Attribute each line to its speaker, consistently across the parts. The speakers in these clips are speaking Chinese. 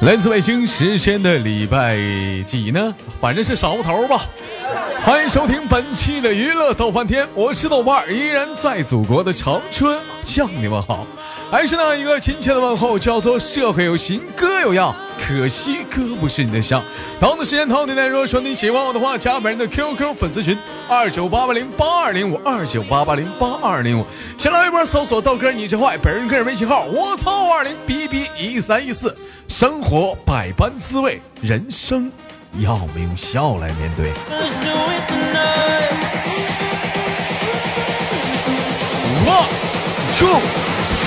Speaker 1: 来自北京时间的礼拜几呢？反正是晌午头吧。欢迎收听本期的娱乐逗翻天，我是豆瓣儿，依然在祖国的长春向你们好，还是那一个亲切的问候，叫做社会有形，哥有样，可惜哥不是你的像。同样的时间，同样的内容，如果说你喜欢我的话，加本人的 QQ 粉丝群二九八八零八二零五二九八八零八二零五，新浪微博搜索豆哥你真坏，本人个人微信号我操五二零 bb 一三一四，生活百般滋味，人生要我们用笑来面对。One, two,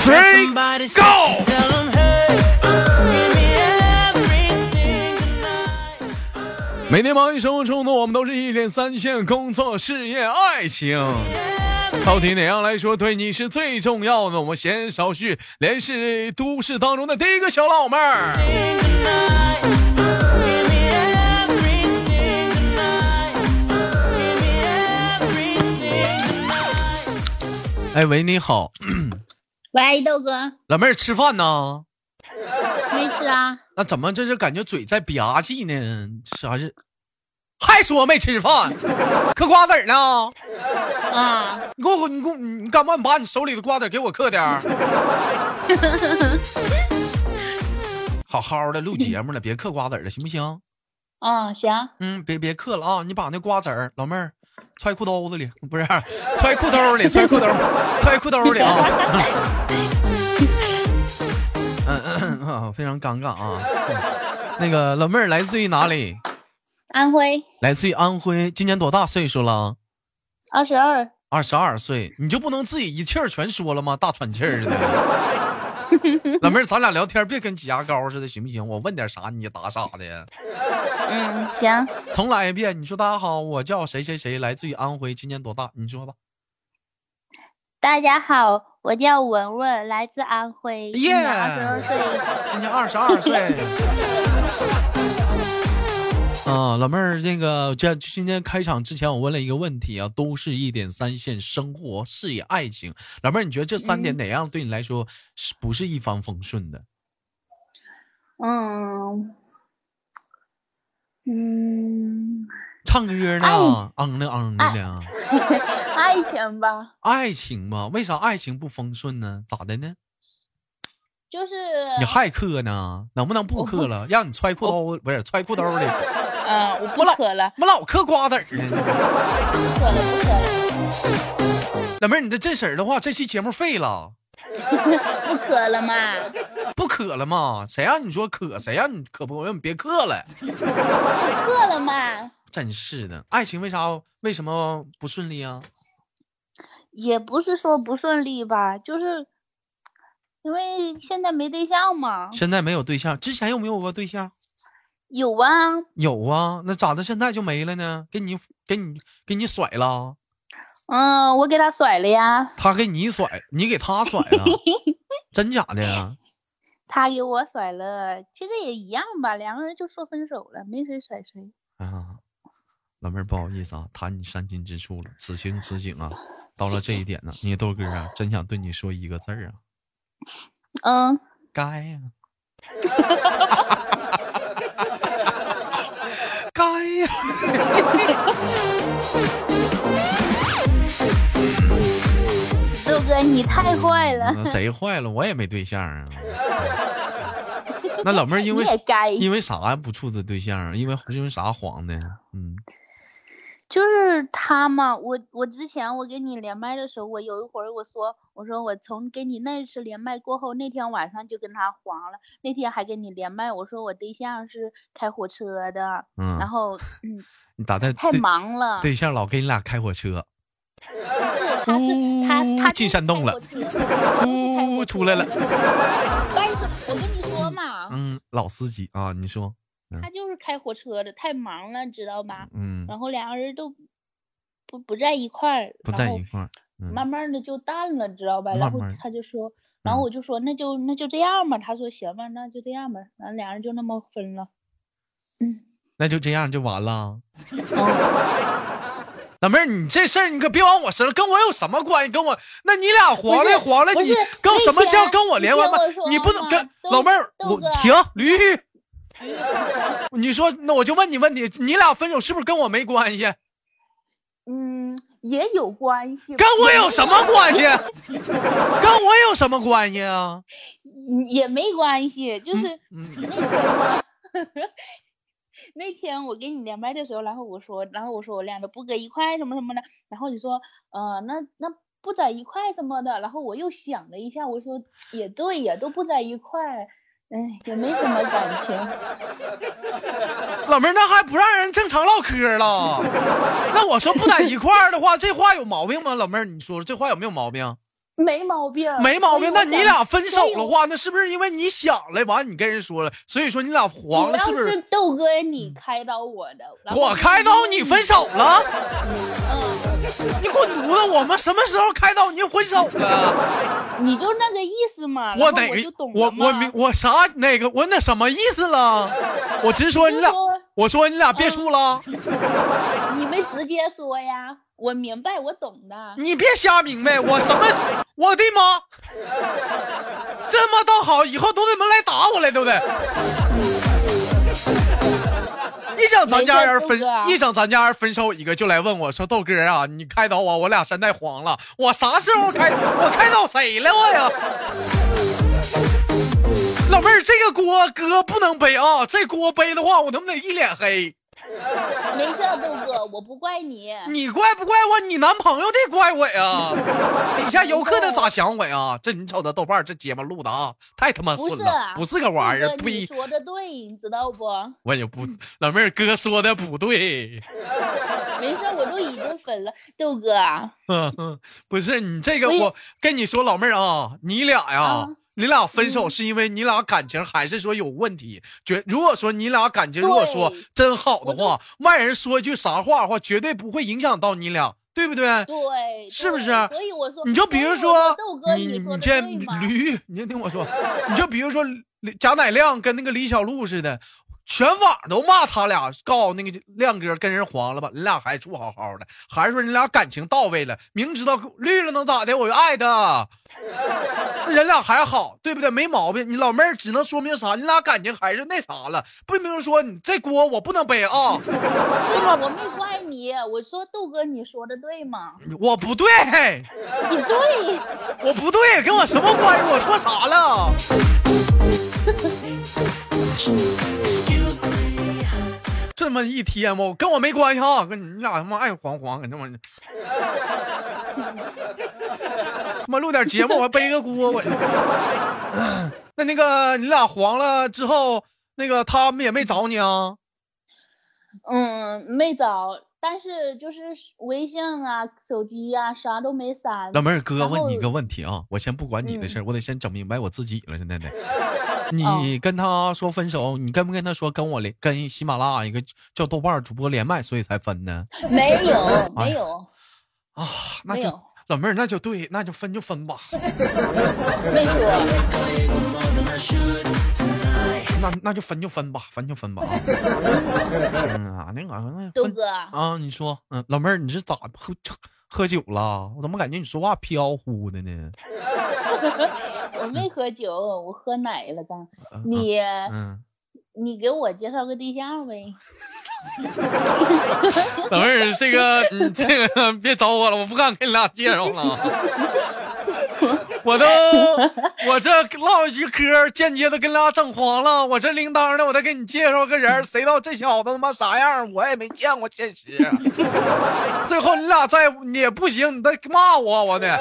Speaker 1: three, go！每天忙于生活中的我们，都是一点三线：工作、事业、爱情。到底哪样来说对你是最重要的？我们闲言少叙，连是都市当中的第一个小老妹儿。哎喂，你好，
Speaker 2: 喂，豆哥，
Speaker 1: 老妹儿吃饭呢？
Speaker 2: 没吃啊？
Speaker 1: 那怎么这是感觉嘴在吧唧呢？是还是还说没吃饭？嗑瓜子儿呢？
Speaker 2: 啊，
Speaker 1: 你给我，你给我，你干嘛？你把你手里的瓜子给我嗑点儿。好好的录节目了，别嗑瓜子儿了，行不行？
Speaker 2: 哦，行，
Speaker 1: 嗯，别别嗑了啊！你把那瓜子儿，老妹儿，揣裤兜子里，不是揣裤兜里，揣裤兜，揣裤兜里啊！嗯嗯嗯啊，非常尴尬啊。嗯那个老妹儿来自于哪里？
Speaker 2: 安徽
Speaker 1: 来自于安徽，今年多大岁数了？
Speaker 2: 二十二，
Speaker 1: 二十二岁，你就不能自己一气儿全说了吗？大喘气儿似的。 老妹儿，咱俩聊天别跟挤牙膏似的，行不行？我问点啥你就答啥的。
Speaker 2: 嗯，行，
Speaker 1: 重来一遍，你说大家好，我叫谁谁谁，来自于安徽，今年多大？你说吧。
Speaker 2: 大家好，我叫文文，来自安徽，今年二十二岁。
Speaker 1: 今年二十二 岁。啊，老妹儿，这个这今天开场之前，我问了一个问题啊，都是一点三线，生活、事业、爱情。老妹儿，你觉得这三点哪样对你来说是不是一帆风顺的？
Speaker 2: 嗯，嗯，
Speaker 1: 唱歌呢，嗯的嗯的呢，
Speaker 2: 爱情吧，
Speaker 1: 爱情吧，为啥爱情不丰顺呢？咋的呢？
Speaker 2: 就是，
Speaker 1: 你还嗑呢？能不能呃不嗑了？让你揣裤兜，不是揣裤兜里，
Speaker 2: 嗯，我不
Speaker 1: 我老
Speaker 2: 渴了，
Speaker 1: 我老嗑瓜子儿呢。
Speaker 2: 不渴了，不渴了，
Speaker 1: 老妹儿，你这这婶儿的话，这期节目废了。
Speaker 2: 不渴了嘛？
Speaker 1: 不渴了吗？谁让你说渴？谁让你渴不？我让你别渴了，
Speaker 2: 渴了嘛？
Speaker 1: 真是的。爱情为啥为什么不顺利啊？
Speaker 2: 也不是说不顺利吧，就是因为现在没对象嘛。
Speaker 1: 现在没有对象，之前有没有过对象？
Speaker 2: 有啊，
Speaker 1: 有啊，那咋的？现在就没了呢？给你给你给你甩了，
Speaker 2: 嗯，我给他甩了呀，
Speaker 1: 他给你甩，你给他甩了，真假的呀？
Speaker 2: 他给我甩了，其实也一样吧，两个人就说分手了，没谁甩谁。
Speaker 1: 啊，老妹儿，不好意思啊，谈你伤心之处了，此情此景啊，到了这一点呢，你豆哥啊，真想对你说一个字儿啊，
Speaker 2: 嗯，
Speaker 1: 该啊呀、该啊呀、
Speaker 2: 豆哥你太坏了，
Speaker 1: 那嗯谁坏了？我也没对象啊。那老妹儿因为
Speaker 2: 你也该，
Speaker 1: 因为啥不处的对象啊？因为因为啥黄的？嗯，
Speaker 2: 就是他嘛。我我之前我跟你连麦的时候，我有一会儿我说我说我从跟你那次连麦过后，那天晚上就跟他黄了，那天还跟你连麦，我说我对象是开火车的，
Speaker 1: 嗯
Speaker 2: 然后嗯
Speaker 1: 你咋的？
Speaker 2: 太
Speaker 1: 对
Speaker 2: 忙了，
Speaker 1: 对象老给你俩开火车，
Speaker 2: 是他是
Speaker 1: 呜
Speaker 2: 他他
Speaker 1: 进
Speaker 2: 就是
Speaker 1: 山洞了
Speaker 2: 开火车他就是开
Speaker 1: 呜
Speaker 2: 火
Speaker 1: 出
Speaker 2: 车
Speaker 1: 来了。
Speaker 2: 但是我跟你说嘛，
Speaker 1: 嗯，老司机啊，你说，
Speaker 2: 他就是开火车的，太忙了，知道吧？
Speaker 1: 嗯，
Speaker 2: 然后两个人都不不在一块儿，
Speaker 1: 不
Speaker 2: 然
Speaker 1: 在
Speaker 2: 后
Speaker 1: 一块儿，嗯，
Speaker 2: 慢慢的就淡了，知道吧？然后
Speaker 1: 慢慢嗯
Speaker 2: 他就说，然后我就说那就那就这样吧，他说行吧，那就这样吧，然后俩人就那么分了。
Speaker 1: 那就这样就完了。
Speaker 2: 哦
Speaker 1: 老妹儿，你这事儿你可别往我身上，跟我有什么关系？跟我，那你俩黄
Speaker 2: 不
Speaker 1: 了
Speaker 2: 是
Speaker 1: 黄了，
Speaker 2: 不
Speaker 1: 你
Speaker 2: 是
Speaker 1: 跟我
Speaker 2: 那
Speaker 1: 什么叫
Speaker 2: 天
Speaker 1: 跟我连
Speaker 2: 你
Speaker 1: 完
Speaker 2: 听
Speaker 1: 吧
Speaker 2: 我说？
Speaker 1: 你不能
Speaker 2: 嘛
Speaker 1: 跟
Speaker 2: 豆
Speaker 1: 老妹儿，
Speaker 2: 豆
Speaker 1: 我
Speaker 2: 哥
Speaker 1: 停驴。 你说，那我就问你问题，你俩分手是不是跟我没关系？
Speaker 2: 嗯，也有关系吧，
Speaker 1: 跟我有什么关系？跟我有什么关系啊？
Speaker 2: 嗯也没关系，就是、
Speaker 1: 嗯
Speaker 2: 那天我跟你连麦的时候，然后我说，然后我说我俩都不搁一块什么什么的，然后你说，呃，那那不在一块什么的，然后我又想了一下，我说也对呀，都不在一块，哎，也没什么感情，
Speaker 1: 老妹儿，那还不让人正常唠嗑了？那我说不在一块儿的话，这话有毛病吗？老妹儿，你说说这话有没有毛病？
Speaker 2: 没毛病，
Speaker 1: 没毛病。那
Speaker 2: 所以
Speaker 1: 你
Speaker 2: 我想
Speaker 1: 俩分手
Speaker 2: 所以
Speaker 1: 的
Speaker 2: 我
Speaker 1: 话，那是不是因为你想了，完你跟人说了，所以说你俩黄了，
Speaker 2: 主
Speaker 1: 是
Speaker 2: 要
Speaker 1: 不
Speaker 2: 是
Speaker 1: 是？
Speaker 2: 豆哥你开导我的，然后
Speaker 1: 我
Speaker 2: 是
Speaker 1: 开
Speaker 2: 因
Speaker 1: 刀
Speaker 2: 为
Speaker 1: 你分手了，
Speaker 2: 嗯，
Speaker 1: 你滚犊子！我们什么时候开刀你就分手了？
Speaker 2: 你就那个意思嘛，然
Speaker 1: 我
Speaker 2: 后
Speaker 1: 哪
Speaker 2: 我就懂
Speaker 1: 我
Speaker 2: 了
Speaker 1: 我
Speaker 2: 嘛
Speaker 1: 明我啥哪个我那什么意思了？我直说你俩
Speaker 2: 你就说，
Speaker 1: 我说你俩别处了，
Speaker 2: 你们直接说呀，我明白，我懂的。
Speaker 1: 你别瞎明 白，我什么，我的妈！这么倒好，以后都得们来打我了，都得。一整咱家人分
Speaker 2: 没事豆哥啊，
Speaker 1: 一整咱家人分手一个就来问我说：“豆哥啊，你开导我，我俩山寨黄了，我啥时候开，我开导谁了我呀？”老妹儿，这个锅哥不能背啊，这锅背的话，我他妈得一脸黑。
Speaker 2: 没事，豆哥，我不怪你。
Speaker 1: 你怪不怪我？你男朋友得怪我 呀！底下游客得咋想我呀？这你瞅这豆瓣儿这节目录的啊，太他妈
Speaker 2: 不
Speaker 1: 顺
Speaker 2: 是
Speaker 1: 了，，不是个玩意儿，
Speaker 2: 豆哥
Speaker 1: 不
Speaker 2: 你
Speaker 1: 一，
Speaker 2: 说的对，你知道不？
Speaker 1: 我也不，老妹儿哥说的不对，
Speaker 2: 没事，我都已经分了，豆哥啊，
Speaker 1: 嗯嗯，不是你这个，
Speaker 2: 我也
Speaker 1: 我跟你说，老妹儿啊，你俩呀
Speaker 2: 啊，
Speaker 1: 你俩分手是因为你俩感情还是说有问题？绝，如果说你俩感情如果说
Speaker 2: 对
Speaker 1: 真好的
Speaker 2: 我
Speaker 1: 话，外人说一句啥话的话，绝对不会影响到你俩，对不对？
Speaker 2: 对，
Speaker 1: 是不
Speaker 2: 对
Speaker 1: 是啊
Speaker 2: 所以我说，
Speaker 1: 你就比
Speaker 2: 所以
Speaker 1: 如
Speaker 2: 我
Speaker 1: 说
Speaker 2: 豆哥，
Speaker 1: 你
Speaker 2: 说
Speaker 1: 你
Speaker 2: 的
Speaker 1: 这
Speaker 2: 对吗？
Speaker 1: 驴，你听我说， 你就比如说李贾乃亮跟那个李小璐似的，全网都骂他俩，告那个亮哥跟人黄了吧，你俩还处好好的，还是说你俩感情到位了，明知道绿了能咋的，我就爱他， 那人俩还好，对不对？没毛病。你老妹儿只能说明啥？你俩感情还是那啥了，不明说你这锅我不能背啊，
Speaker 2: 对我没怪你，我说豆哥，你说的对吗？
Speaker 1: 我不对。
Speaker 2: 你对，
Speaker 1: 我不对，跟我什么关系？我说啥了？这么一天吧，跟我没关系啊！跟你你俩他妈爱黄黄，搁这么，他妈录点节目，我还背个锅，我。 那那个你俩黄了之后，那个他们也没找你啊？
Speaker 2: 嗯，没找，但是就是微信啊、手机呀、啥都没删。
Speaker 1: 老妹儿，哥
Speaker 2: 然
Speaker 1: 问你一
Speaker 2: 后嗯
Speaker 1: 个问题啊，我先不管你的事儿，我得先整明白我自己了。现 在得，你
Speaker 2: 哦
Speaker 1: 跟他说分手，你跟不跟他说跟我连跟喜马拉雅一个叫豆瓣儿主播连麦，所以才分呢？
Speaker 2: 没有，
Speaker 1: 哎
Speaker 2: 没有，
Speaker 1: 啊，那
Speaker 2: 没
Speaker 1: 就
Speaker 2: 有
Speaker 1: 老妹儿，那就对，那就分就分吧。
Speaker 2: 没说。
Speaker 1: 那那就分就分吧，分就分吧啊。嗯啊，那个啊那
Speaker 2: 豆
Speaker 1: 分
Speaker 2: 哥，
Speaker 1: 啊，你说，嗯，老妹儿，你是咋喝喝酒了？我怎么感觉你说话飘忽的呢？
Speaker 2: 我 没喝酒，我喝奶了刚。
Speaker 1: 嗯
Speaker 2: 你、
Speaker 1: 嗯，
Speaker 2: 你给我介绍个对象呗？
Speaker 1: 老妹儿，这个你这个别找我了，我不敢给你俩介绍了啊。我都，我这唠一句嗑，间接都跟俩整黄了。我这铃铛的，我再给你介绍个人儿，谁知道这小子他妈啥样？我也没见过现实。啊 最后你俩再你也不行，你再骂我，我得，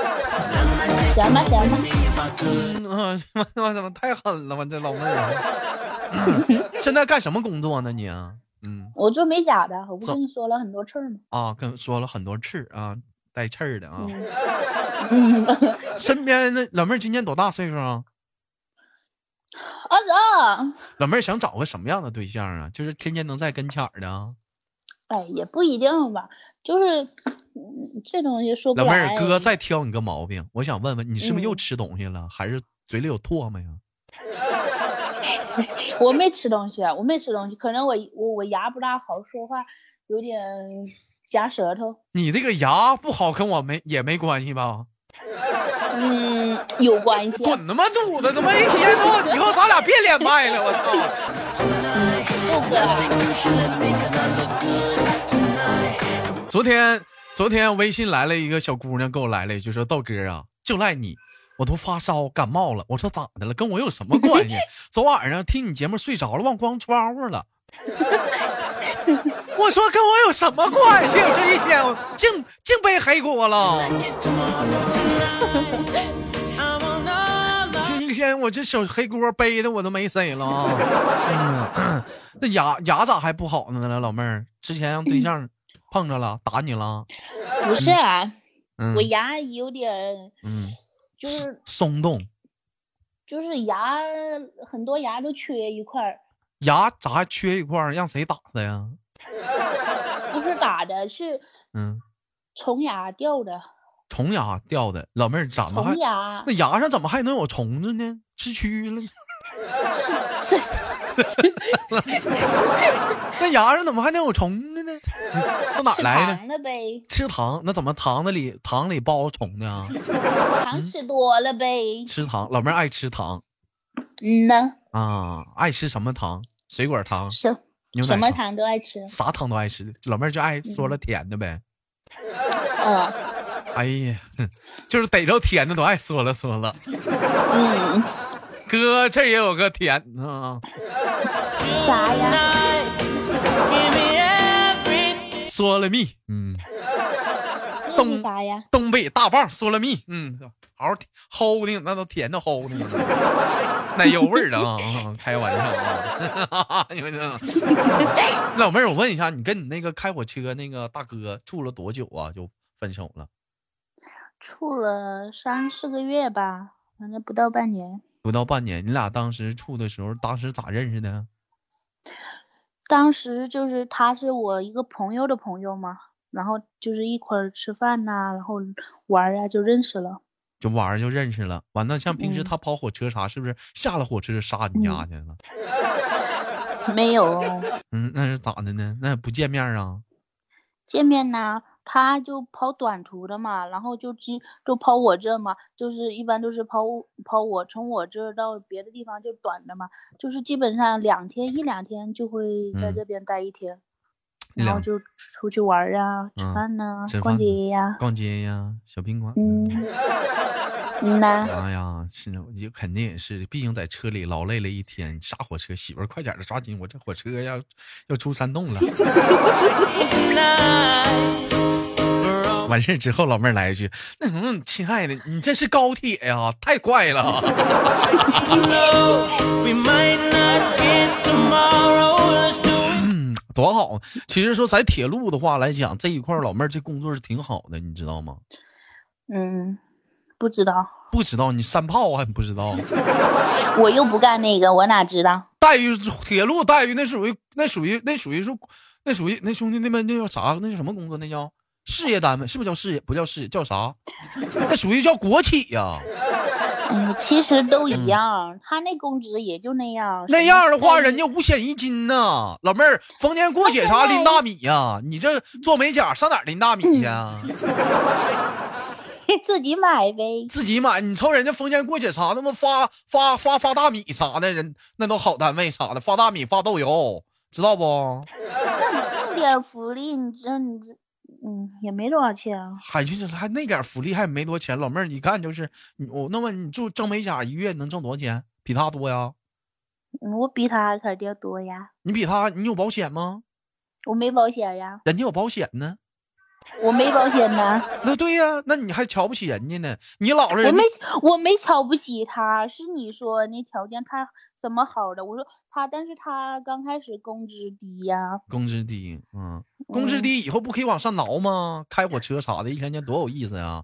Speaker 2: 行吧行吧，
Speaker 1: 嗯，啊我我怎么太狠了？我这老妹儿啊， 现在干什么工作呢你啊？嗯
Speaker 2: 我做美甲的，我不
Speaker 1: 走
Speaker 2: 跟你说了很多次吗？
Speaker 1: 啊，跟说了很多次啊，带刺儿的啊。
Speaker 2: 嗯，
Speaker 1: 身边那老妹儿今年多大岁数啊？
Speaker 2: 二十二。
Speaker 1: 老妹儿想找个什么样的对象啊？就是天天能在跟前儿的啊。
Speaker 2: 哎，也不一定吧，就是嗯这东西说不
Speaker 1: 老妹
Speaker 2: 来。
Speaker 1: 儿，哥再挑你个毛病，我想问问你是不是又
Speaker 2: 嗯
Speaker 1: 吃东西了，还是嘴里有唾沫呀？
Speaker 2: 我没吃东西，啊我没吃东西，可能我我我牙不大好，说话有点夹舌头。
Speaker 1: 你这个牙不好跟我没也没关系吧？
Speaker 2: 嗯，有关系。
Speaker 1: 滚他妈犊子！他妈一天到晚，以后咱俩别连麦了，我操！
Speaker 2: 豆哥，
Speaker 1: 昨天昨天微信来了一个小姑娘，给我来了一句说：“道哥啊，就赖你，我都发烧感冒了。”我说咋的了？跟我有什么关系？ 昨晚上听你节目睡着了，忘关窗户了。 我说跟我有什么关系？我这一天我净净背黑锅了。这一天我这小黑锅背的我都没谁了啊。嗯那牙牙咋还不好呢呢？老妹儿，之前让对象碰着了，打你了？
Speaker 2: 不是啊，
Speaker 1: 嗯
Speaker 2: 我牙有点，
Speaker 1: 嗯
Speaker 2: 就是
Speaker 1: 松动，
Speaker 2: 就是牙很多牙都缺一块儿，
Speaker 1: 牙咋还缺一块儿？让谁打的呀？
Speaker 2: 不是打的，是
Speaker 1: 嗯，
Speaker 2: 虫牙掉的，
Speaker 1: 虫牙掉的。老妹儿怎么还
Speaker 2: 虫？牙
Speaker 1: 那牙上怎么还能有虫子呢？吃蛆了？
Speaker 2: 是
Speaker 1: 那牙上怎么还能有虫子呢？ 到哪儿
Speaker 2: 吃
Speaker 1: 来的？
Speaker 2: 糖了呗，
Speaker 1: 吃糖？那怎么糖子里糖里包虫呢？
Speaker 2: 糖吃多了呗。
Speaker 1: 吃糖，老妹儿爱吃糖
Speaker 2: 嗯呐，
Speaker 1: 啊，爱吃什么糖？水果糖、
Speaker 2: 什
Speaker 1: 牛奶
Speaker 2: 什么糖都嗯爱吃，
Speaker 1: 啥糖都爱吃，老妹儿就爱说了甜的呗。
Speaker 2: 嗯
Speaker 1: 哎呀， 哼就是逮着甜的都爱说了说了。
Speaker 2: 嗯，
Speaker 1: 哥，这儿也有个甜啊，
Speaker 2: 啥呀？
Speaker 1: 说了蜜，嗯，
Speaker 2: 那
Speaker 1: 懂
Speaker 2: 是啥呀？
Speaker 1: 东北大棒说了蜜，嗯，好好齁的，那都甜的 齁的，奶油味儿的啊，啊开玩笑啊， 你们这老妹儿，我问一下，你跟你那个开火车那个大哥处了多久啊？就分手了？
Speaker 2: 处了三四个月吧，反正不到半年。
Speaker 1: 不到半年，你俩当时处的时候，当时咋认识的？
Speaker 2: 当时就是他是我一个朋友的朋友嘛，然后就是一块儿吃饭呐、然后玩儿啊呀、就认识了。
Speaker 1: 就玩儿就认识了，完了像平时
Speaker 2: 嗯
Speaker 1: 他跑火车啥，是不是下了火车就杀你家去了？
Speaker 2: 没有
Speaker 1: 嗯，那是咋的呢？那也不见面儿啊？
Speaker 2: 见面呐、他就跑短途的嘛，然后就只就跑我这嘛，就是一般都是跑我跑我从我这儿到别的地方就短的嘛，就是基本上两天一两天就会在
Speaker 1: 嗯
Speaker 2: 这边待一天，然
Speaker 1: 两
Speaker 2: 后就出去玩儿呀、
Speaker 1: 嗯
Speaker 2: 吃饭呐、
Speaker 1: 吃
Speaker 2: 逛
Speaker 1: 饭
Speaker 2: 街呀、
Speaker 1: 逛街呀，小宾馆。
Speaker 2: 嗯，嗯呐，
Speaker 1: 哎呀，是也肯定也是，毕竟在车里劳累了一天，下火车，媳妇儿快点儿的，抓紧，我这火车要要出山洞了。完事儿之后，老妹儿来一句：“那什么，亲爱的，你这是高铁呀，太快了。嗯”多好！其实说在铁路的话来讲，这一块儿老妹儿这工作是挺好的，你知道吗？
Speaker 2: 嗯，不知道，
Speaker 1: 不知道你山炮还不知道，
Speaker 2: 我又不干那个，我哪知道？
Speaker 1: 待遇铁路待遇那属于那属于那属于是那属于那兄弟那边那叫啥？那叫什么工作？那叫事业单位，是不是叫事业？不叫事业，叫啥？那属于叫国企呀、
Speaker 2: 嗯，其实都一样，他那工资也就那样。
Speaker 1: 那
Speaker 2: 谁
Speaker 1: 样的话，
Speaker 2: 愿意
Speaker 1: 人家五险一金呐、老妹儿，逢年过节啥拎大米呀、你这做美甲上哪儿拎大米去、
Speaker 2: 自己买呗。
Speaker 1: 自己买，你瞅人家逢年过节啥，那么发发发发大米啥的，人那都好单位啥的，发大米发豆油，知道不？
Speaker 2: 那点福利，你知道你这，嗯，也没多少钱啊。
Speaker 1: 还就是还那点福利还没多钱，老妹儿，你看就是你我那么你就挣美甲一月能挣多少钱？比他多呀？
Speaker 2: 嗯我比他肯定多呀，
Speaker 1: 你比他你有保险吗？
Speaker 2: 我没保险呀，
Speaker 1: 人家有保险呢。
Speaker 2: 我没保险 呢，
Speaker 1: 那对呀、那你还瞧不起人家呢？你老了
Speaker 2: 我
Speaker 1: 人家
Speaker 2: 没我没瞧不起他，是你说那条件他怎么好的？我说他，但是他刚开始工资低呀，
Speaker 1: 工资低，嗯，工资
Speaker 2: 嗯
Speaker 1: 低以后不可以往上挠吗？开火车啥的，一天天多有意思呀、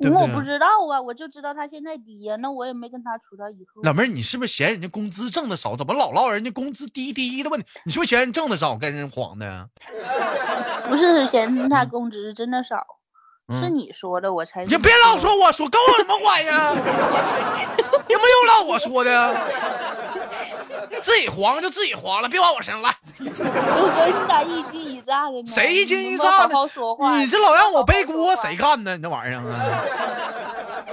Speaker 1: 对不
Speaker 2: 我
Speaker 1: 对
Speaker 2: 不知道啊，我就知道他现在低呀，那我也没跟他处到以后。
Speaker 1: 老妹儿，你是不是嫌人家工资挣的少？怎么老唠人家工资低低的问题？你是不是嫌人挣的少，跟人晃的？
Speaker 2: 不是嫌他工资真的少，是
Speaker 1: 嗯，
Speaker 2: 你说的我才。
Speaker 1: 你别老说，我说，跟我有什么关系 啊？你们又唠我说的，自己黄就自己黄了，别往我身上赖。
Speaker 2: 我跟你咋一惊一乍的呢？
Speaker 1: 谁一惊
Speaker 2: 你
Speaker 1: 一
Speaker 2: 能不能
Speaker 1: 乍的
Speaker 2: 好好说话。
Speaker 1: 你这老让我背
Speaker 2: 好好
Speaker 1: 锅，
Speaker 2: 说话
Speaker 1: 谁干呢？你这玩意儿啊！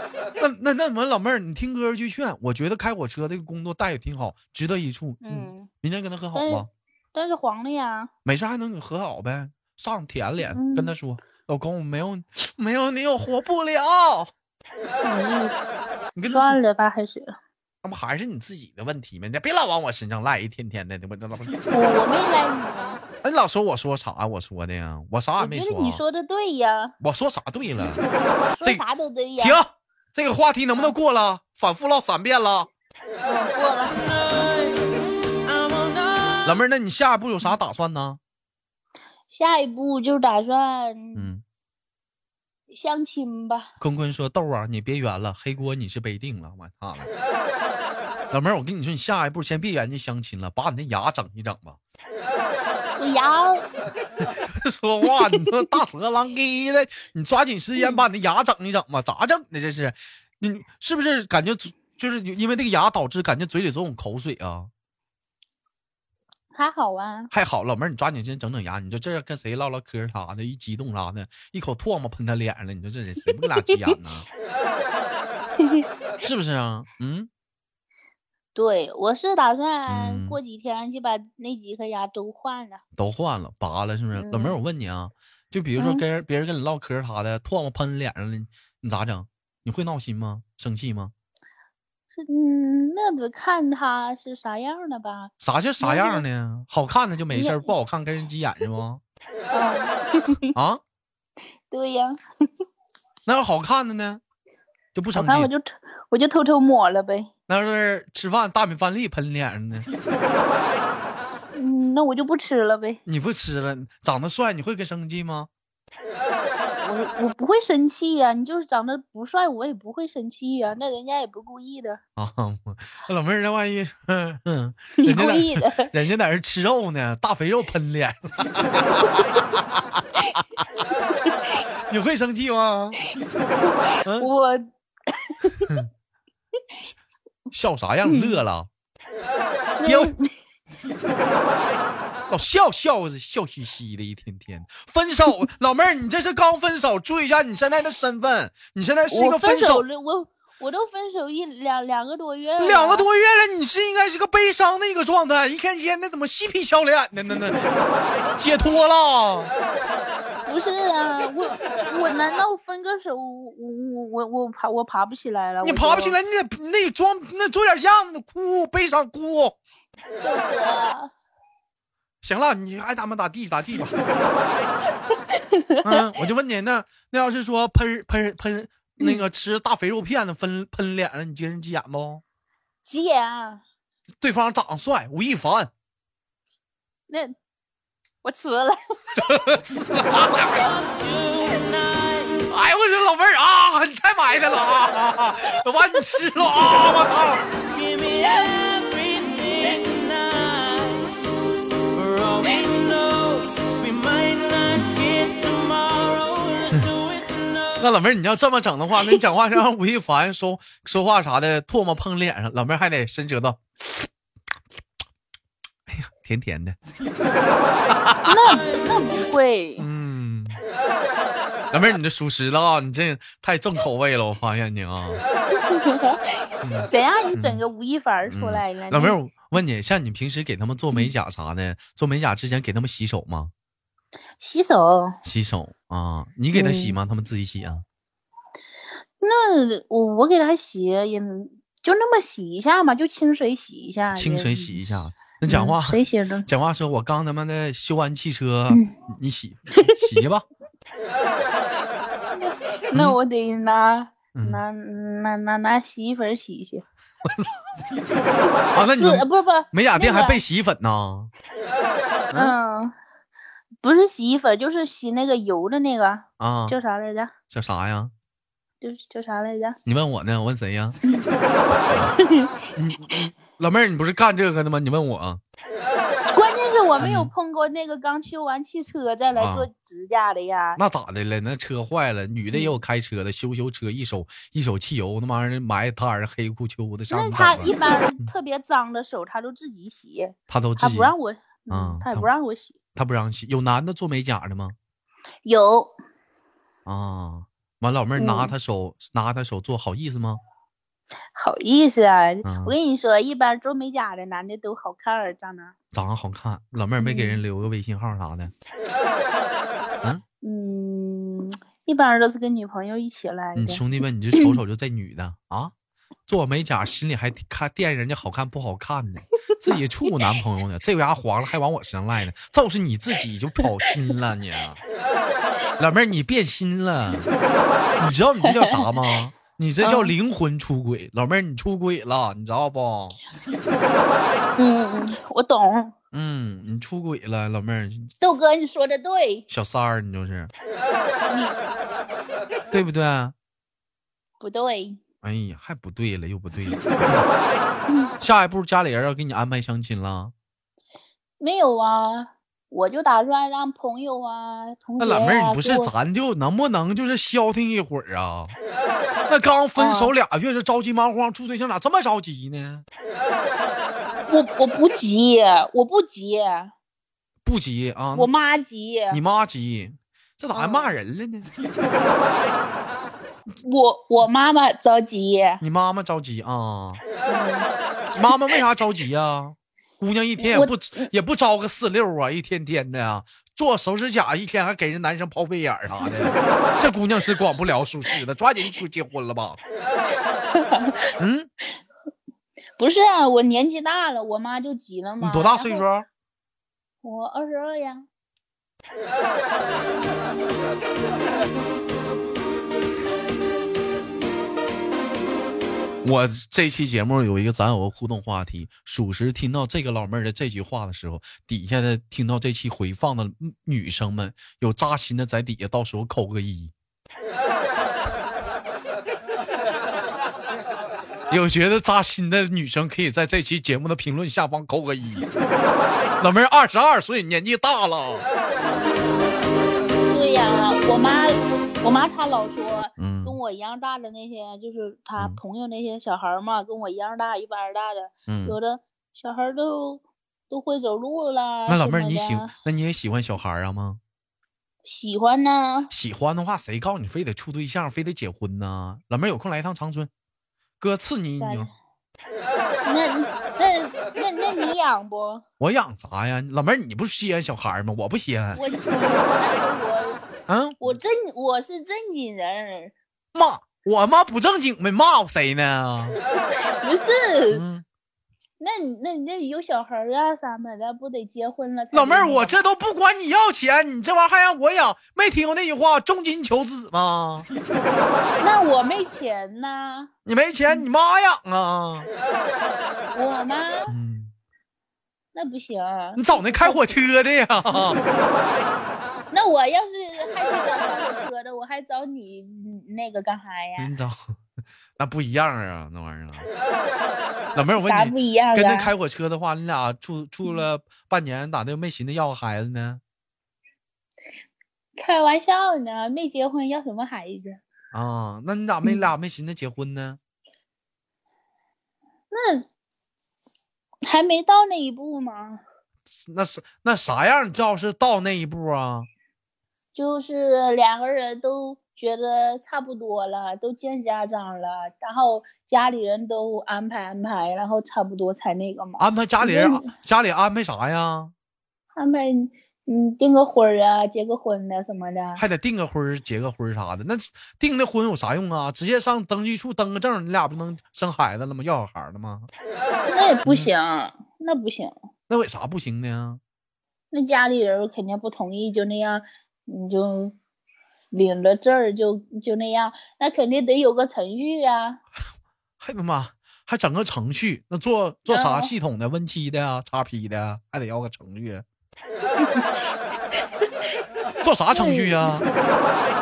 Speaker 1: 那那那我们老妹儿，你听哥一句劝，我觉得开火车这个工作待遇挺好，值得一处。嗯，
Speaker 2: 嗯，
Speaker 1: 明天跟他和好
Speaker 2: 但是
Speaker 1: 吧，
Speaker 2: 但是黄了呀，
Speaker 1: 没事还能和好呗。上舔脸、
Speaker 2: 嗯
Speaker 1: 跟他说，老公，我没有没有你我活不了。
Speaker 2: 嗯
Speaker 1: 你跟他说
Speaker 2: 算了吧，还是
Speaker 1: 那不还是你自己的问题吗？你别老往我身上赖，一天天的，我这老，
Speaker 2: 我我没赖
Speaker 1: 哎，你老说我说啥？我说的呀，我啥也
Speaker 2: 你，
Speaker 1: 没
Speaker 2: 我觉得你
Speaker 1: 说啊，
Speaker 2: 说的对呀，
Speaker 1: 我说啥对了？
Speaker 2: 说啥都对呀。
Speaker 1: 停，这个话题能不能过了？反复唠三遍了。
Speaker 2: 嗯，过了。
Speaker 1: 老妹儿，那你下一步有啥打算呢？
Speaker 2: 下一步就打算
Speaker 1: 嗯，
Speaker 2: 相亲吧。
Speaker 1: 坤坤说豆啊，你别圆了，黑锅你是背定了，我操了。 老妹儿，我跟你说，你下一步先别研究相亲了，把你那牙整一整吧。
Speaker 2: 我牙
Speaker 1: 说话，你说大舌狼给的，你抓紧时间把你的牙整一整吧，咋整的这是？你是不是感觉嘴就是因为这个牙导致感觉嘴里总有口水啊？
Speaker 2: 还好啊，
Speaker 1: 还好，老妹儿，你抓紧时间整整牙。你说这跟谁唠唠嗑啥的，一激动啥的，一口唾沫喷他脸上了。你说这人谁不跟俩急眼 呢？是不是啊？嗯，
Speaker 2: 对我是打
Speaker 1: 嗯
Speaker 2: 算过几天就把那几颗牙都换了。
Speaker 1: 都换了，拔了，是不是？
Speaker 2: 嗯
Speaker 1: 老妹儿，我问你啊，就比如说
Speaker 2: 嗯
Speaker 1: 跟人、别人跟你唠嗑啥的，唾沫喷脸上了，你你咋整？你会闹心吗？生气吗？
Speaker 2: 是嗯，那得看他是啥样儿的吧。
Speaker 1: 啥叫啥样呢？好看的就没事儿，
Speaker 2: 你
Speaker 1: 不好看跟人急眼是 吗？
Speaker 2: 啊，
Speaker 1: 啊，
Speaker 2: 对呀，
Speaker 1: 那要好看的呢，就不
Speaker 2: 好
Speaker 1: 生气
Speaker 2: 看。我就偷我就偷偷抹了呗。
Speaker 1: 那要是吃饭大米饭粒喷脸上呢，
Speaker 2: 嗯，那我就不吃了呗。
Speaker 1: 你不吃了，长得帅，你会跟生气吗？
Speaker 2: 我我不会生气呀、你就是长得不帅，我也不会生气呀、那人家也不故意的，
Speaker 1: 啊， 那老妹儿，那万一， 嗯，嗯
Speaker 2: 你
Speaker 1: 人家
Speaker 2: 故
Speaker 1: 在
Speaker 2: 意的。
Speaker 1: 人家在这吃肉呢，大肥肉喷脸， 你会生气吗？嗯
Speaker 2: 我
Speaker 1: 笑啥 样？乐了，别
Speaker 2: 那
Speaker 1: 老笑笑笑嘻嘻的，一天天分手。老妹儿，你这是刚分手，注意一下你现在的身份，你现在是一
Speaker 2: 我
Speaker 1: 个分
Speaker 2: 手
Speaker 1: 手
Speaker 2: 了，我我都分手一两两个多月了，
Speaker 1: 两个多月了，你是应该是个悲伤的一个状态，一天天的怎么嬉皮笑脸的呢？那解脱了，
Speaker 2: 不是啊，我我难道分个手，我我我我爬我爬不起来了，
Speaker 1: 你
Speaker 2: 哎我
Speaker 1: 爬不
Speaker 2: 就
Speaker 1: 起来，你得你得装，那做点样子，哭悲伤哭。
Speaker 2: 豆哥，
Speaker 1: 行了，你爱咋么咋地咋地吧。嗯，我就问你，那那要是说喷喷喷那
Speaker 2: 嗯
Speaker 1: 个吃大肥肉片子分喷脸上，你跟人急眼不？
Speaker 2: 姐，
Speaker 1: 对方长得帅，吴亦凡，
Speaker 2: 那我 吃了，
Speaker 1: 哎呦我说老妹儿啊，你太埋汰了啊！我把你吃了啊！我操！那老妹儿，你要这么整的话，那你讲话像吴亦凡说说话啥的，唾沫碰脸上，老妹儿还得伸舌头。哎呀，甜甜的，
Speaker 2: 那那不会，
Speaker 1: 嗯。老妹儿，你这属实了啊！你这太重口味了，我发现你啊。
Speaker 2: 谁让你整个吴亦凡出
Speaker 1: 嗯
Speaker 2: 来了？
Speaker 1: 老妹儿，
Speaker 2: 你，
Speaker 1: 我问你，像你平时给他们做美甲啥的，做美甲之前给他们洗手吗？
Speaker 2: 洗手，
Speaker 1: 洗手啊，你给他洗吗？他们自己洗啊？
Speaker 2: 那我我给他洗也就那么洗一下嘛，就清水洗一下，
Speaker 1: 清
Speaker 2: 也
Speaker 1: 水洗一，下。那讲话
Speaker 2: 嗯，谁洗 的？
Speaker 1: 讲话说，我刚他妈的修完汽车，
Speaker 2: 嗯
Speaker 1: 你洗洗 去吧。
Speaker 2: 那我得拿、
Speaker 1: 嗯
Speaker 2: 拿拿拿拿洗衣粉洗一洗。
Speaker 1: 啊，那你
Speaker 2: 是呃
Speaker 1: 们
Speaker 2: 不不
Speaker 1: 美甲店
Speaker 2: 那
Speaker 1: 还
Speaker 2: 个
Speaker 1: 备洗衣粉呢？
Speaker 2: 嗯，不是洗衣粉，就是洗那个油的那个
Speaker 1: 啊，
Speaker 2: 叫啥来着？
Speaker 1: 叫啥呀？
Speaker 2: 就是叫啥来着？
Speaker 1: 你问我呢？我问谁 呀？你老妹儿，你不是干这个的吗？你问我啊？
Speaker 2: 关键是我没有
Speaker 1: 嗯
Speaker 2: 碰过那个刚修完汽车再来
Speaker 1: 啊
Speaker 2: 做指甲的呀。
Speaker 1: 那咋的了？那车坏了，女的也有开车的，修修车一手一手汽油，那玩意儿埋汰摊儿黑不秋的，上啊
Speaker 2: 那
Speaker 1: 不
Speaker 2: 他
Speaker 1: 上
Speaker 2: 一
Speaker 1: 班
Speaker 2: 般 人特别脏的手，他都自己洗，
Speaker 1: 他都
Speaker 2: 他
Speaker 1: 自己
Speaker 2: 不，让我，
Speaker 1: 啊
Speaker 2: 嗯，他也
Speaker 1: 他
Speaker 2: 不让我洗。
Speaker 1: 他不让洗。有男的做美甲的吗？
Speaker 2: 有
Speaker 1: 啊，完，老妹儿
Speaker 2: 嗯
Speaker 1: 拿他手、拿他手做好意思吗？
Speaker 2: 好意思啊！
Speaker 1: 嗯
Speaker 2: 我跟你说，一般做美甲的男的都好看儿，长得，
Speaker 1: 长得好看，老妹儿没给人留个微信号啥的，
Speaker 2: 嗯，一般都是跟女朋友一起来
Speaker 1: 你
Speaker 2: 的。
Speaker 1: 兄弟们，你这瞅瞅就这女的啊，做美甲心里还看惦人家好看不好看呢，自己处男朋友呢，这家黄了还往我身上赖呢，就是你自己就跑心了你，老妹儿你变心了，你知道你这叫啥吗？你这叫灵魂出轨，老妹儿你出轨了，你知道不？
Speaker 2: 嗯，嗯 我懂，
Speaker 1: 嗯，你出轨了，老妹儿，
Speaker 2: 豆哥你说的对，
Speaker 1: 小三儿你就是，
Speaker 2: 你
Speaker 1: 对不对？
Speaker 2: 不对，
Speaker 1: 哎呀，还不对了，又不对了。 下一步家里人要给你安排相亲了。
Speaker 2: 没有啊，我就打算让朋友啊、同学
Speaker 1: 那
Speaker 2: 啊，
Speaker 1: 老妹儿，你不
Speaker 2: 给
Speaker 1: 是
Speaker 2: 我
Speaker 1: 咱就能不能就是消停一会儿啊？ 那刚分
Speaker 2: 啊
Speaker 1: 手俩月，这着急忙慌处对象，咋这么着急呢？
Speaker 2: 我我不急，我不急，
Speaker 1: 不急啊，
Speaker 2: 我妈急，
Speaker 1: 你妈急，这咋还
Speaker 2: 嗯
Speaker 1: 骂人了呢？
Speaker 2: 我我妈妈着急，
Speaker 1: 你妈妈着急啊？ 妈妈为啥着急呀、姑娘一天也
Speaker 2: 我
Speaker 1: 不也不招个四六啊，一天天的啊，做手指甲一天还给人男生抛飞眼儿啥的， 这姑娘是管不了舒适的，抓紧去结婚了吧？嗯，
Speaker 2: 不是啊我年纪大了，我妈就急了
Speaker 1: 你
Speaker 2: 嘛。
Speaker 1: 多大岁数
Speaker 2: 然后？
Speaker 1: 啊？
Speaker 2: 我二十二呀。
Speaker 1: 我这期节目有一个咱有个互动话题，属实听到这个老妹儿的这句话的时候，底下的听到这期回放的女生们有扎心的，在底下到时候扣个一。有觉得扎心的女生可以在这期节目的评论下方扣个一。老妹儿二十二岁，年纪大了，
Speaker 2: 对呀、我妈，我妈她老说，
Speaker 1: 嗯
Speaker 2: 跟我一样大的那些，就是她
Speaker 1: 嗯
Speaker 2: 朋友那些小孩儿嘛，跟我一样大，一般儿大的，
Speaker 1: 嗯。
Speaker 2: 有的小孩儿都都会走路啦。
Speaker 1: 那老妹儿，
Speaker 2: 什么
Speaker 1: 你
Speaker 2: 的
Speaker 1: 喜那你也喜欢小孩儿啊吗？
Speaker 2: 喜欢呢？
Speaker 1: 喜欢的话，谁告诉你非得处对象，非得结婚呢？老妹儿有空来一趟长春，哥赐你一
Speaker 2: 咋
Speaker 1: 牛
Speaker 2: 的，那那那那你养不？
Speaker 1: 我养啥呀？老妹儿，你不稀罕小孩儿吗？我不稀罕。
Speaker 2: 我 我
Speaker 1: 嗯，
Speaker 2: 我正我是正经人儿，
Speaker 1: 骂我妈不正经呗，骂我谁呢？
Speaker 2: 不是。
Speaker 1: 嗯，
Speaker 2: 那你那你那有小孩儿啊啥么的，不得结婚了才？
Speaker 1: 老妹儿，我这都不管你要钱，你这玩意儿还让我养，没听过那句话“重金求子”吗？
Speaker 2: 那我没钱呐，
Speaker 1: 你没钱，你妈养啊。
Speaker 2: 我妈
Speaker 1: 嗯，
Speaker 2: 那不行。啊
Speaker 1: 你找那开火车的呀？
Speaker 2: 那我要是还去找开火车的，我还找你嗯那个干啥呀？
Speaker 1: 你找， 那不一样啊，那玩意儿啊。老妹儿，我问
Speaker 2: 啥
Speaker 1: 你
Speaker 2: 不，一样
Speaker 1: 跟那
Speaker 2: 啊？
Speaker 1: 开火车的话，你俩处处了半年，咋的没寻思要个孩子呢？
Speaker 2: 开玩笑呢，没结婚要什么孩子？
Speaker 1: 啊，那你咋没俩没寻思结婚呢？
Speaker 2: 那还没到那一步吗？
Speaker 1: 那是那啥样？你要是到那一步啊？
Speaker 2: 就是两个人都觉得差不多了，都见家长了，然后家里人都安排安排，然后差不多才那个嘛，
Speaker 1: 安排家里人
Speaker 2: 我觉得，
Speaker 1: 家里安排啥呀？
Speaker 2: 安排嗯订个婚儿啊，结个婚的什么的。
Speaker 1: 还得订个婚儿、结个婚儿啥的。那订的婚有啥用啊？直接上登记处登个证，你俩不能生孩子了吗？要小孩儿了吗？
Speaker 2: 那也不行，那不行，
Speaker 1: 那为啥不行呢？
Speaker 2: 那家里人肯定不同意，就那样，你就领了证儿就就那样，那肯定得有个程序啊。
Speaker 1: 还他妈还整个程序？那做做啥
Speaker 2: 嗯
Speaker 1: 系统的？Win7 的啊，XP 的啊，还得要个程序。做啥程序啊？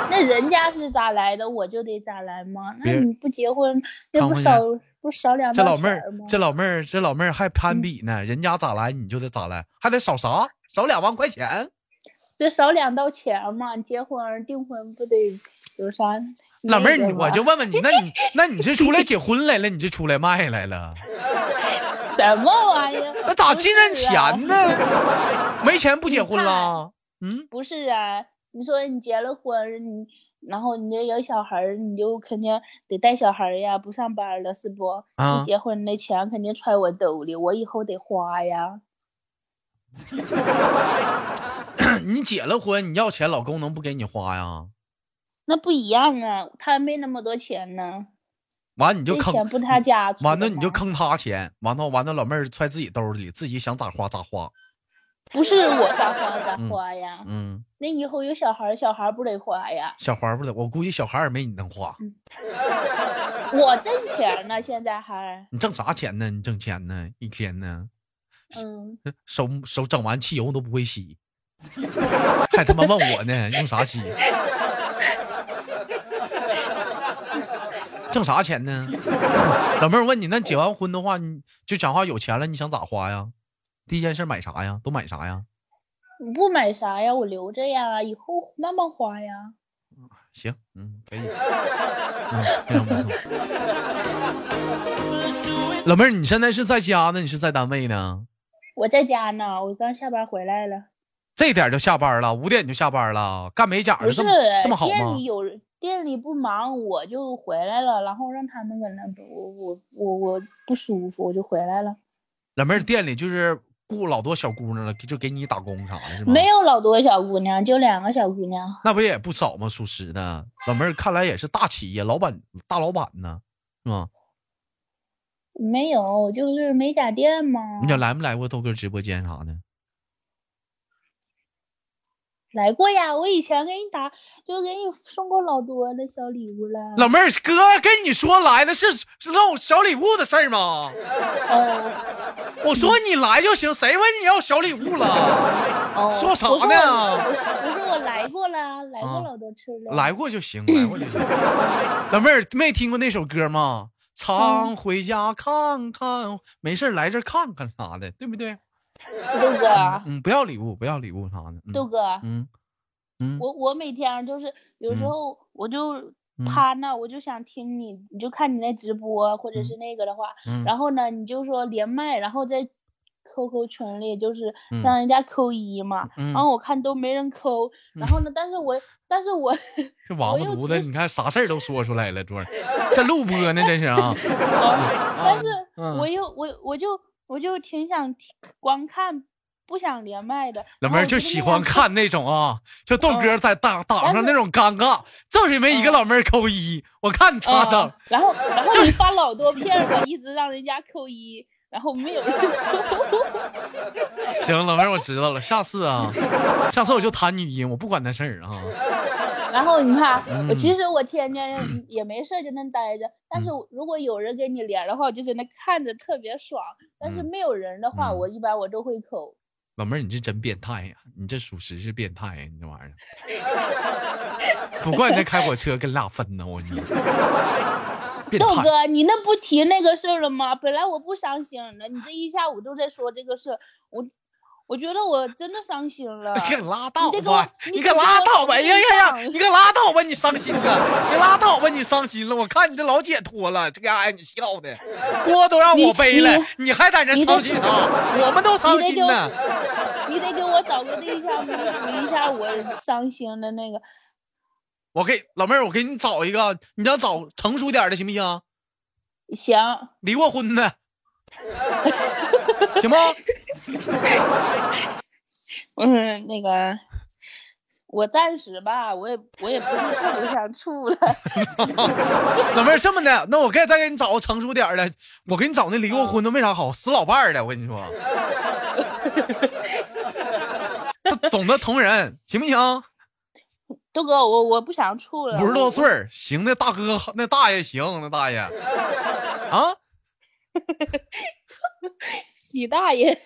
Speaker 2: 那人家是咋来的，我就得咋来嘛。那
Speaker 1: 别
Speaker 2: 你不结婚，那
Speaker 1: 看不
Speaker 2: 不
Speaker 1: 见
Speaker 2: 少不少两
Speaker 1: 这
Speaker 2: 毛
Speaker 1: 老
Speaker 2: 钱
Speaker 1: 妹儿
Speaker 2: 儿吗，
Speaker 1: 这老妹儿，这老妹儿还攀比呢，人家咋来你就得咋来，还得少啥？少两万块钱？
Speaker 2: 这少两道钱嘛，结婚订婚不得有啥那
Speaker 1: 老
Speaker 2: 个吗？
Speaker 1: 妹儿，你我就问问你，那你那你是出来结婚来了，你是出来卖来了？
Speaker 2: 什么玩意儿？
Speaker 1: 那咋
Speaker 2: 不
Speaker 1: 进人
Speaker 2: 是啊
Speaker 1: 钱呢？？没钱不结婚啦？嗯，
Speaker 2: 不是啊，你说你结了婚，你然后你这有小孩儿，你就肯定得带小孩儿呀，不上班了是不？
Speaker 1: 啊
Speaker 2: 你结婚那钱肯定揣我兜里，我以后得花呀。
Speaker 1: 你结了婚，你要钱，老公能不给你花呀？
Speaker 2: 那不一样啊，他没那么多钱呢，
Speaker 1: 完你就
Speaker 2: 这
Speaker 1: 坑，
Speaker 2: 钱不他家出的吗。
Speaker 1: 完了你就坑他钱，完了完了老妹儿揣自己兜里，自己想咋花咋花。
Speaker 2: 不是我咋花咋
Speaker 1: 嗯
Speaker 2: 花呀？
Speaker 1: 嗯，
Speaker 2: 那以后有小孩儿，小孩儿不得花呀？
Speaker 1: 小花不得，我估计小孩儿也没你能花。
Speaker 2: 我挣钱呢，现在还
Speaker 1: 你挣啥钱呢？你挣钱呢？一天呢？呃
Speaker 2: 嗯，
Speaker 1: 手手整完汽油都不会吸，还他妈问我呢，用啥吸？挣啥钱呢？ 老妹儿问你，那结完婚的话，你就讲话有钱了，你想咋花呀？第一件事买啥呀？都买啥呀？
Speaker 2: 我不买啥呀，我留着呀，以后慢慢花呀。
Speaker 1: 行，嗯，可以，嗯，非常不错。老妹儿，你现在是在家呢，你是在单位呢？
Speaker 2: 我在家呢，我刚下班回来了。
Speaker 1: 这点就下班了，五点就下班了，干美甲
Speaker 2: 不
Speaker 1: 的
Speaker 2: 是
Speaker 1: 这么这么好吗？
Speaker 2: 店里有人店里不忙，我就回来了，然后让他们搁那不，我我我我不舒服，我就回来了。
Speaker 1: 老妹儿店里就是雇老多小姑娘了，就给你打工啥的，是吗？
Speaker 2: 没，有老多小姑娘，就两个小姑娘。
Speaker 1: 那不也不少吗？属实的，老妹儿看来也是大企业老板、大老板呢，是吗？
Speaker 2: 没有，就是美甲店嘛
Speaker 1: 你。想来没来过豆哥直播间啥的？
Speaker 2: 来过呀，我以前给你打，就给你送过老多的小礼物了。
Speaker 1: 老妹儿，哥跟你说来的是是弄小礼物的事儿吗？
Speaker 2: 哦
Speaker 1: 我说你来就行，谁问你要小礼物了？
Speaker 2: 哦，
Speaker 1: 说啥呢
Speaker 2: 不是我不是我来过了，来
Speaker 1: 啊
Speaker 2: 过老多次 了。
Speaker 1: 来过就行，来过就行。 老妹儿没听过那首歌吗？常回家看看，没事儿来这儿看看啥的，对不对？
Speaker 2: 豆哥，
Speaker 1: 嗯，不要礼物，不要礼物啥的。嗯
Speaker 2: 豆哥，
Speaker 1: 嗯嗯，
Speaker 2: 我我每天就是有时
Speaker 1: 嗯
Speaker 2: 候我就
Speaker 1: 嗯
Speaker 2: 趴那儿，我就想听你，你就看你那直播或者
Speaker 1: 嗯
Speaker 2: 是那个的话，
Speaker 1: 嗯
Speaker 2: 然后呢你就说连麦，然后在 QQ 群里就是
Speaker 1: 嗯
Speaker 2: 让人家扣一嘛，
Speaker 1: 嗯
Speaker 2: 哦然后我看都没人扣，然后呢，但是我但是我
Speaker 1: 这王八犊子，你看啥事儿都说出来了，昨儿这录播呢，真是 啊，
Speaker 2: 但是
Speaker 1: 嗯
Speaker 2: 我又我我就我就挺想听光看，不想连麦的。
Speaker 1: 老
Speaker 2: 然
Speaker 1: 妹
Speaker 2: 后
Speaker 1: 儿
Speaker 2: 我
Speaker 1: 就
Speaker 2: 那
Speaker 1: 喜
Speaker 2: 样嗯
Speaker 1: 欢看那种啊，就豆
Speaker 2: 哦
Speaker 1: 哥在档档上那种尴尬，就是没一个老妹儿扣一，我看他
Speaker 2: 啊、
Speaker 1: 整，
Speaker 2: 然后然后我发老多片儿了，一直让人家扣一，然后没有人 扣。
Speaker 1: 行，老妹儿我知道了，下次啊，下次我就弹语音，我不管那事儿啊，
Speaker 2: 然后你看，啊我其
Speaker 1: 嗯
Speaker 2: 实我天天也没事儿就那待着，但是我如果有人跟你连的话，我就在那看着特别爽。但是
Speaker 1: 嗯
Speaker 2: 没有人的话，
Speaker 1: 嗯
Speaker 2: 我一般我都会扣。
Speaker 1: 老妹儿你这真变态呀、你这属实是变态呀、你这玩意儿，不怪你那开火车跟俩分呢，我你变
Speaker 2: 豆
Speaker 1: 态。。
Speaker 2: 哥，你那不提那个事儿了吗？本来我不伤心的，你这一下午都在说这个事儿，我我觉得我真的伤心了
Speaker 1: 你可拉倒
Speaker 2: 你这个
Speaker 1: 吧！
Speaker 2: 我
Speaker 1: 你
Speaker 2: 你
Speaker 1: 可
Speaker 2: 这个
Speaker 1: 拉
Speaker 2: 我
Speaker 1: 倒吧！哎呀呀呀！
Speaker 2: 真
Speaker 1: 你可拉倒吧！你伤心了，你拉倒吧！你伤心了。我看你这老解脱了，这个哎，你笑的锅都让我
Speaker 2: 你
Speaker 1: 背了，你还在这
Speaker 2: 你
Speaker 1: 伤
Speaker 2: 得
Speaker 1: 心啊？我们都伤
Speaker 2: 得
Speaker 1: 心
Speaker 2: 就
Speaker 1: 呢。
Speaker 2: 你得给我找个对象弥补一下我伤心的那个。
Speaker 1: 我给老妹儿，我给你找一个，你要找成熟点儿的行不行？
Speaker 2: 行，
Speaker 1: 离过婚的，行不？
Speaker 2: 嗯，那个，我暂时吧，我也我也不是特别想处了。
Speaker 1: 老妹儿这么的，那我给再给你找个成熟点儿的，我给你找那离过婚的为啥好？死老伴儿的，我跟你说，他懂得疼人，行不行？
Speaker 2: 豆哥，我我不想处了。
Speaker 1: 五十多
Speaker 2: 我
Speaker 1: 岁儿，行，那大哥那大爷行，那大爷啊，
Speaker 2: 你大爷！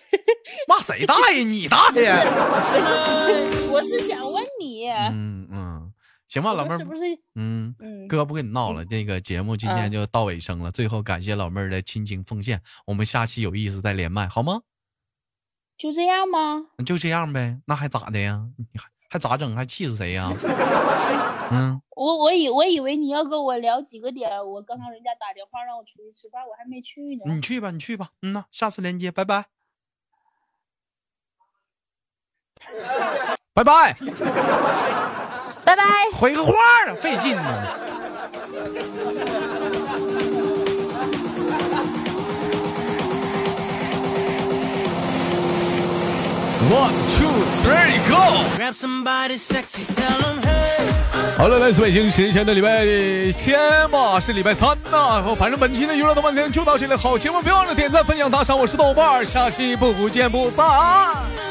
Speaker 1: 骂谁大爷？你大爷？
Speaker 2: 我是想问你，
Speaker 1: 嗯嗯，行吧，
Speaker 2: 我
Speaker 1: 老妹
Speaker 2: 说
Speaker 1: 儿
Speaker 2: 是，不是？
Speaker 1: 嗯。
Speaker 2: 嗯，
Speaker 1: 哥不跟你闹了，这个节目今天就到尾声了。最后感谢老妹儿的亲情奉献，我们下期有意思再连麦，好吗？
Speaker 2: 就这样吗？
Speaker 1: 那就这样呗，那还咋的呀？你还还咋整？还气死谁呀？ 嗯，
Speaker 2: 我我以我以为你要跟我聊几个点，我刚刚人家打电话让我出去吃饭，我还没去呢。
Speaker 1: 你去吧，你去吧。嗯呐，下次连接，拜拜， 拜拜。
Speaker 2: 拜拜。
Speaker 3: 回个话啊，费劲呢。
Speaker 1: One two three go！
Speaker 4: Grab somebody sexy, tell them hey.
Speaker 1: 好了，来自北京时间的礼拜天吧，是礼拜三呐、哦反正本期的娱乐豆瓣天就到这里，好节目别忘了点赞、分享、打赏。我是豆瓣儿，下期不不见不散。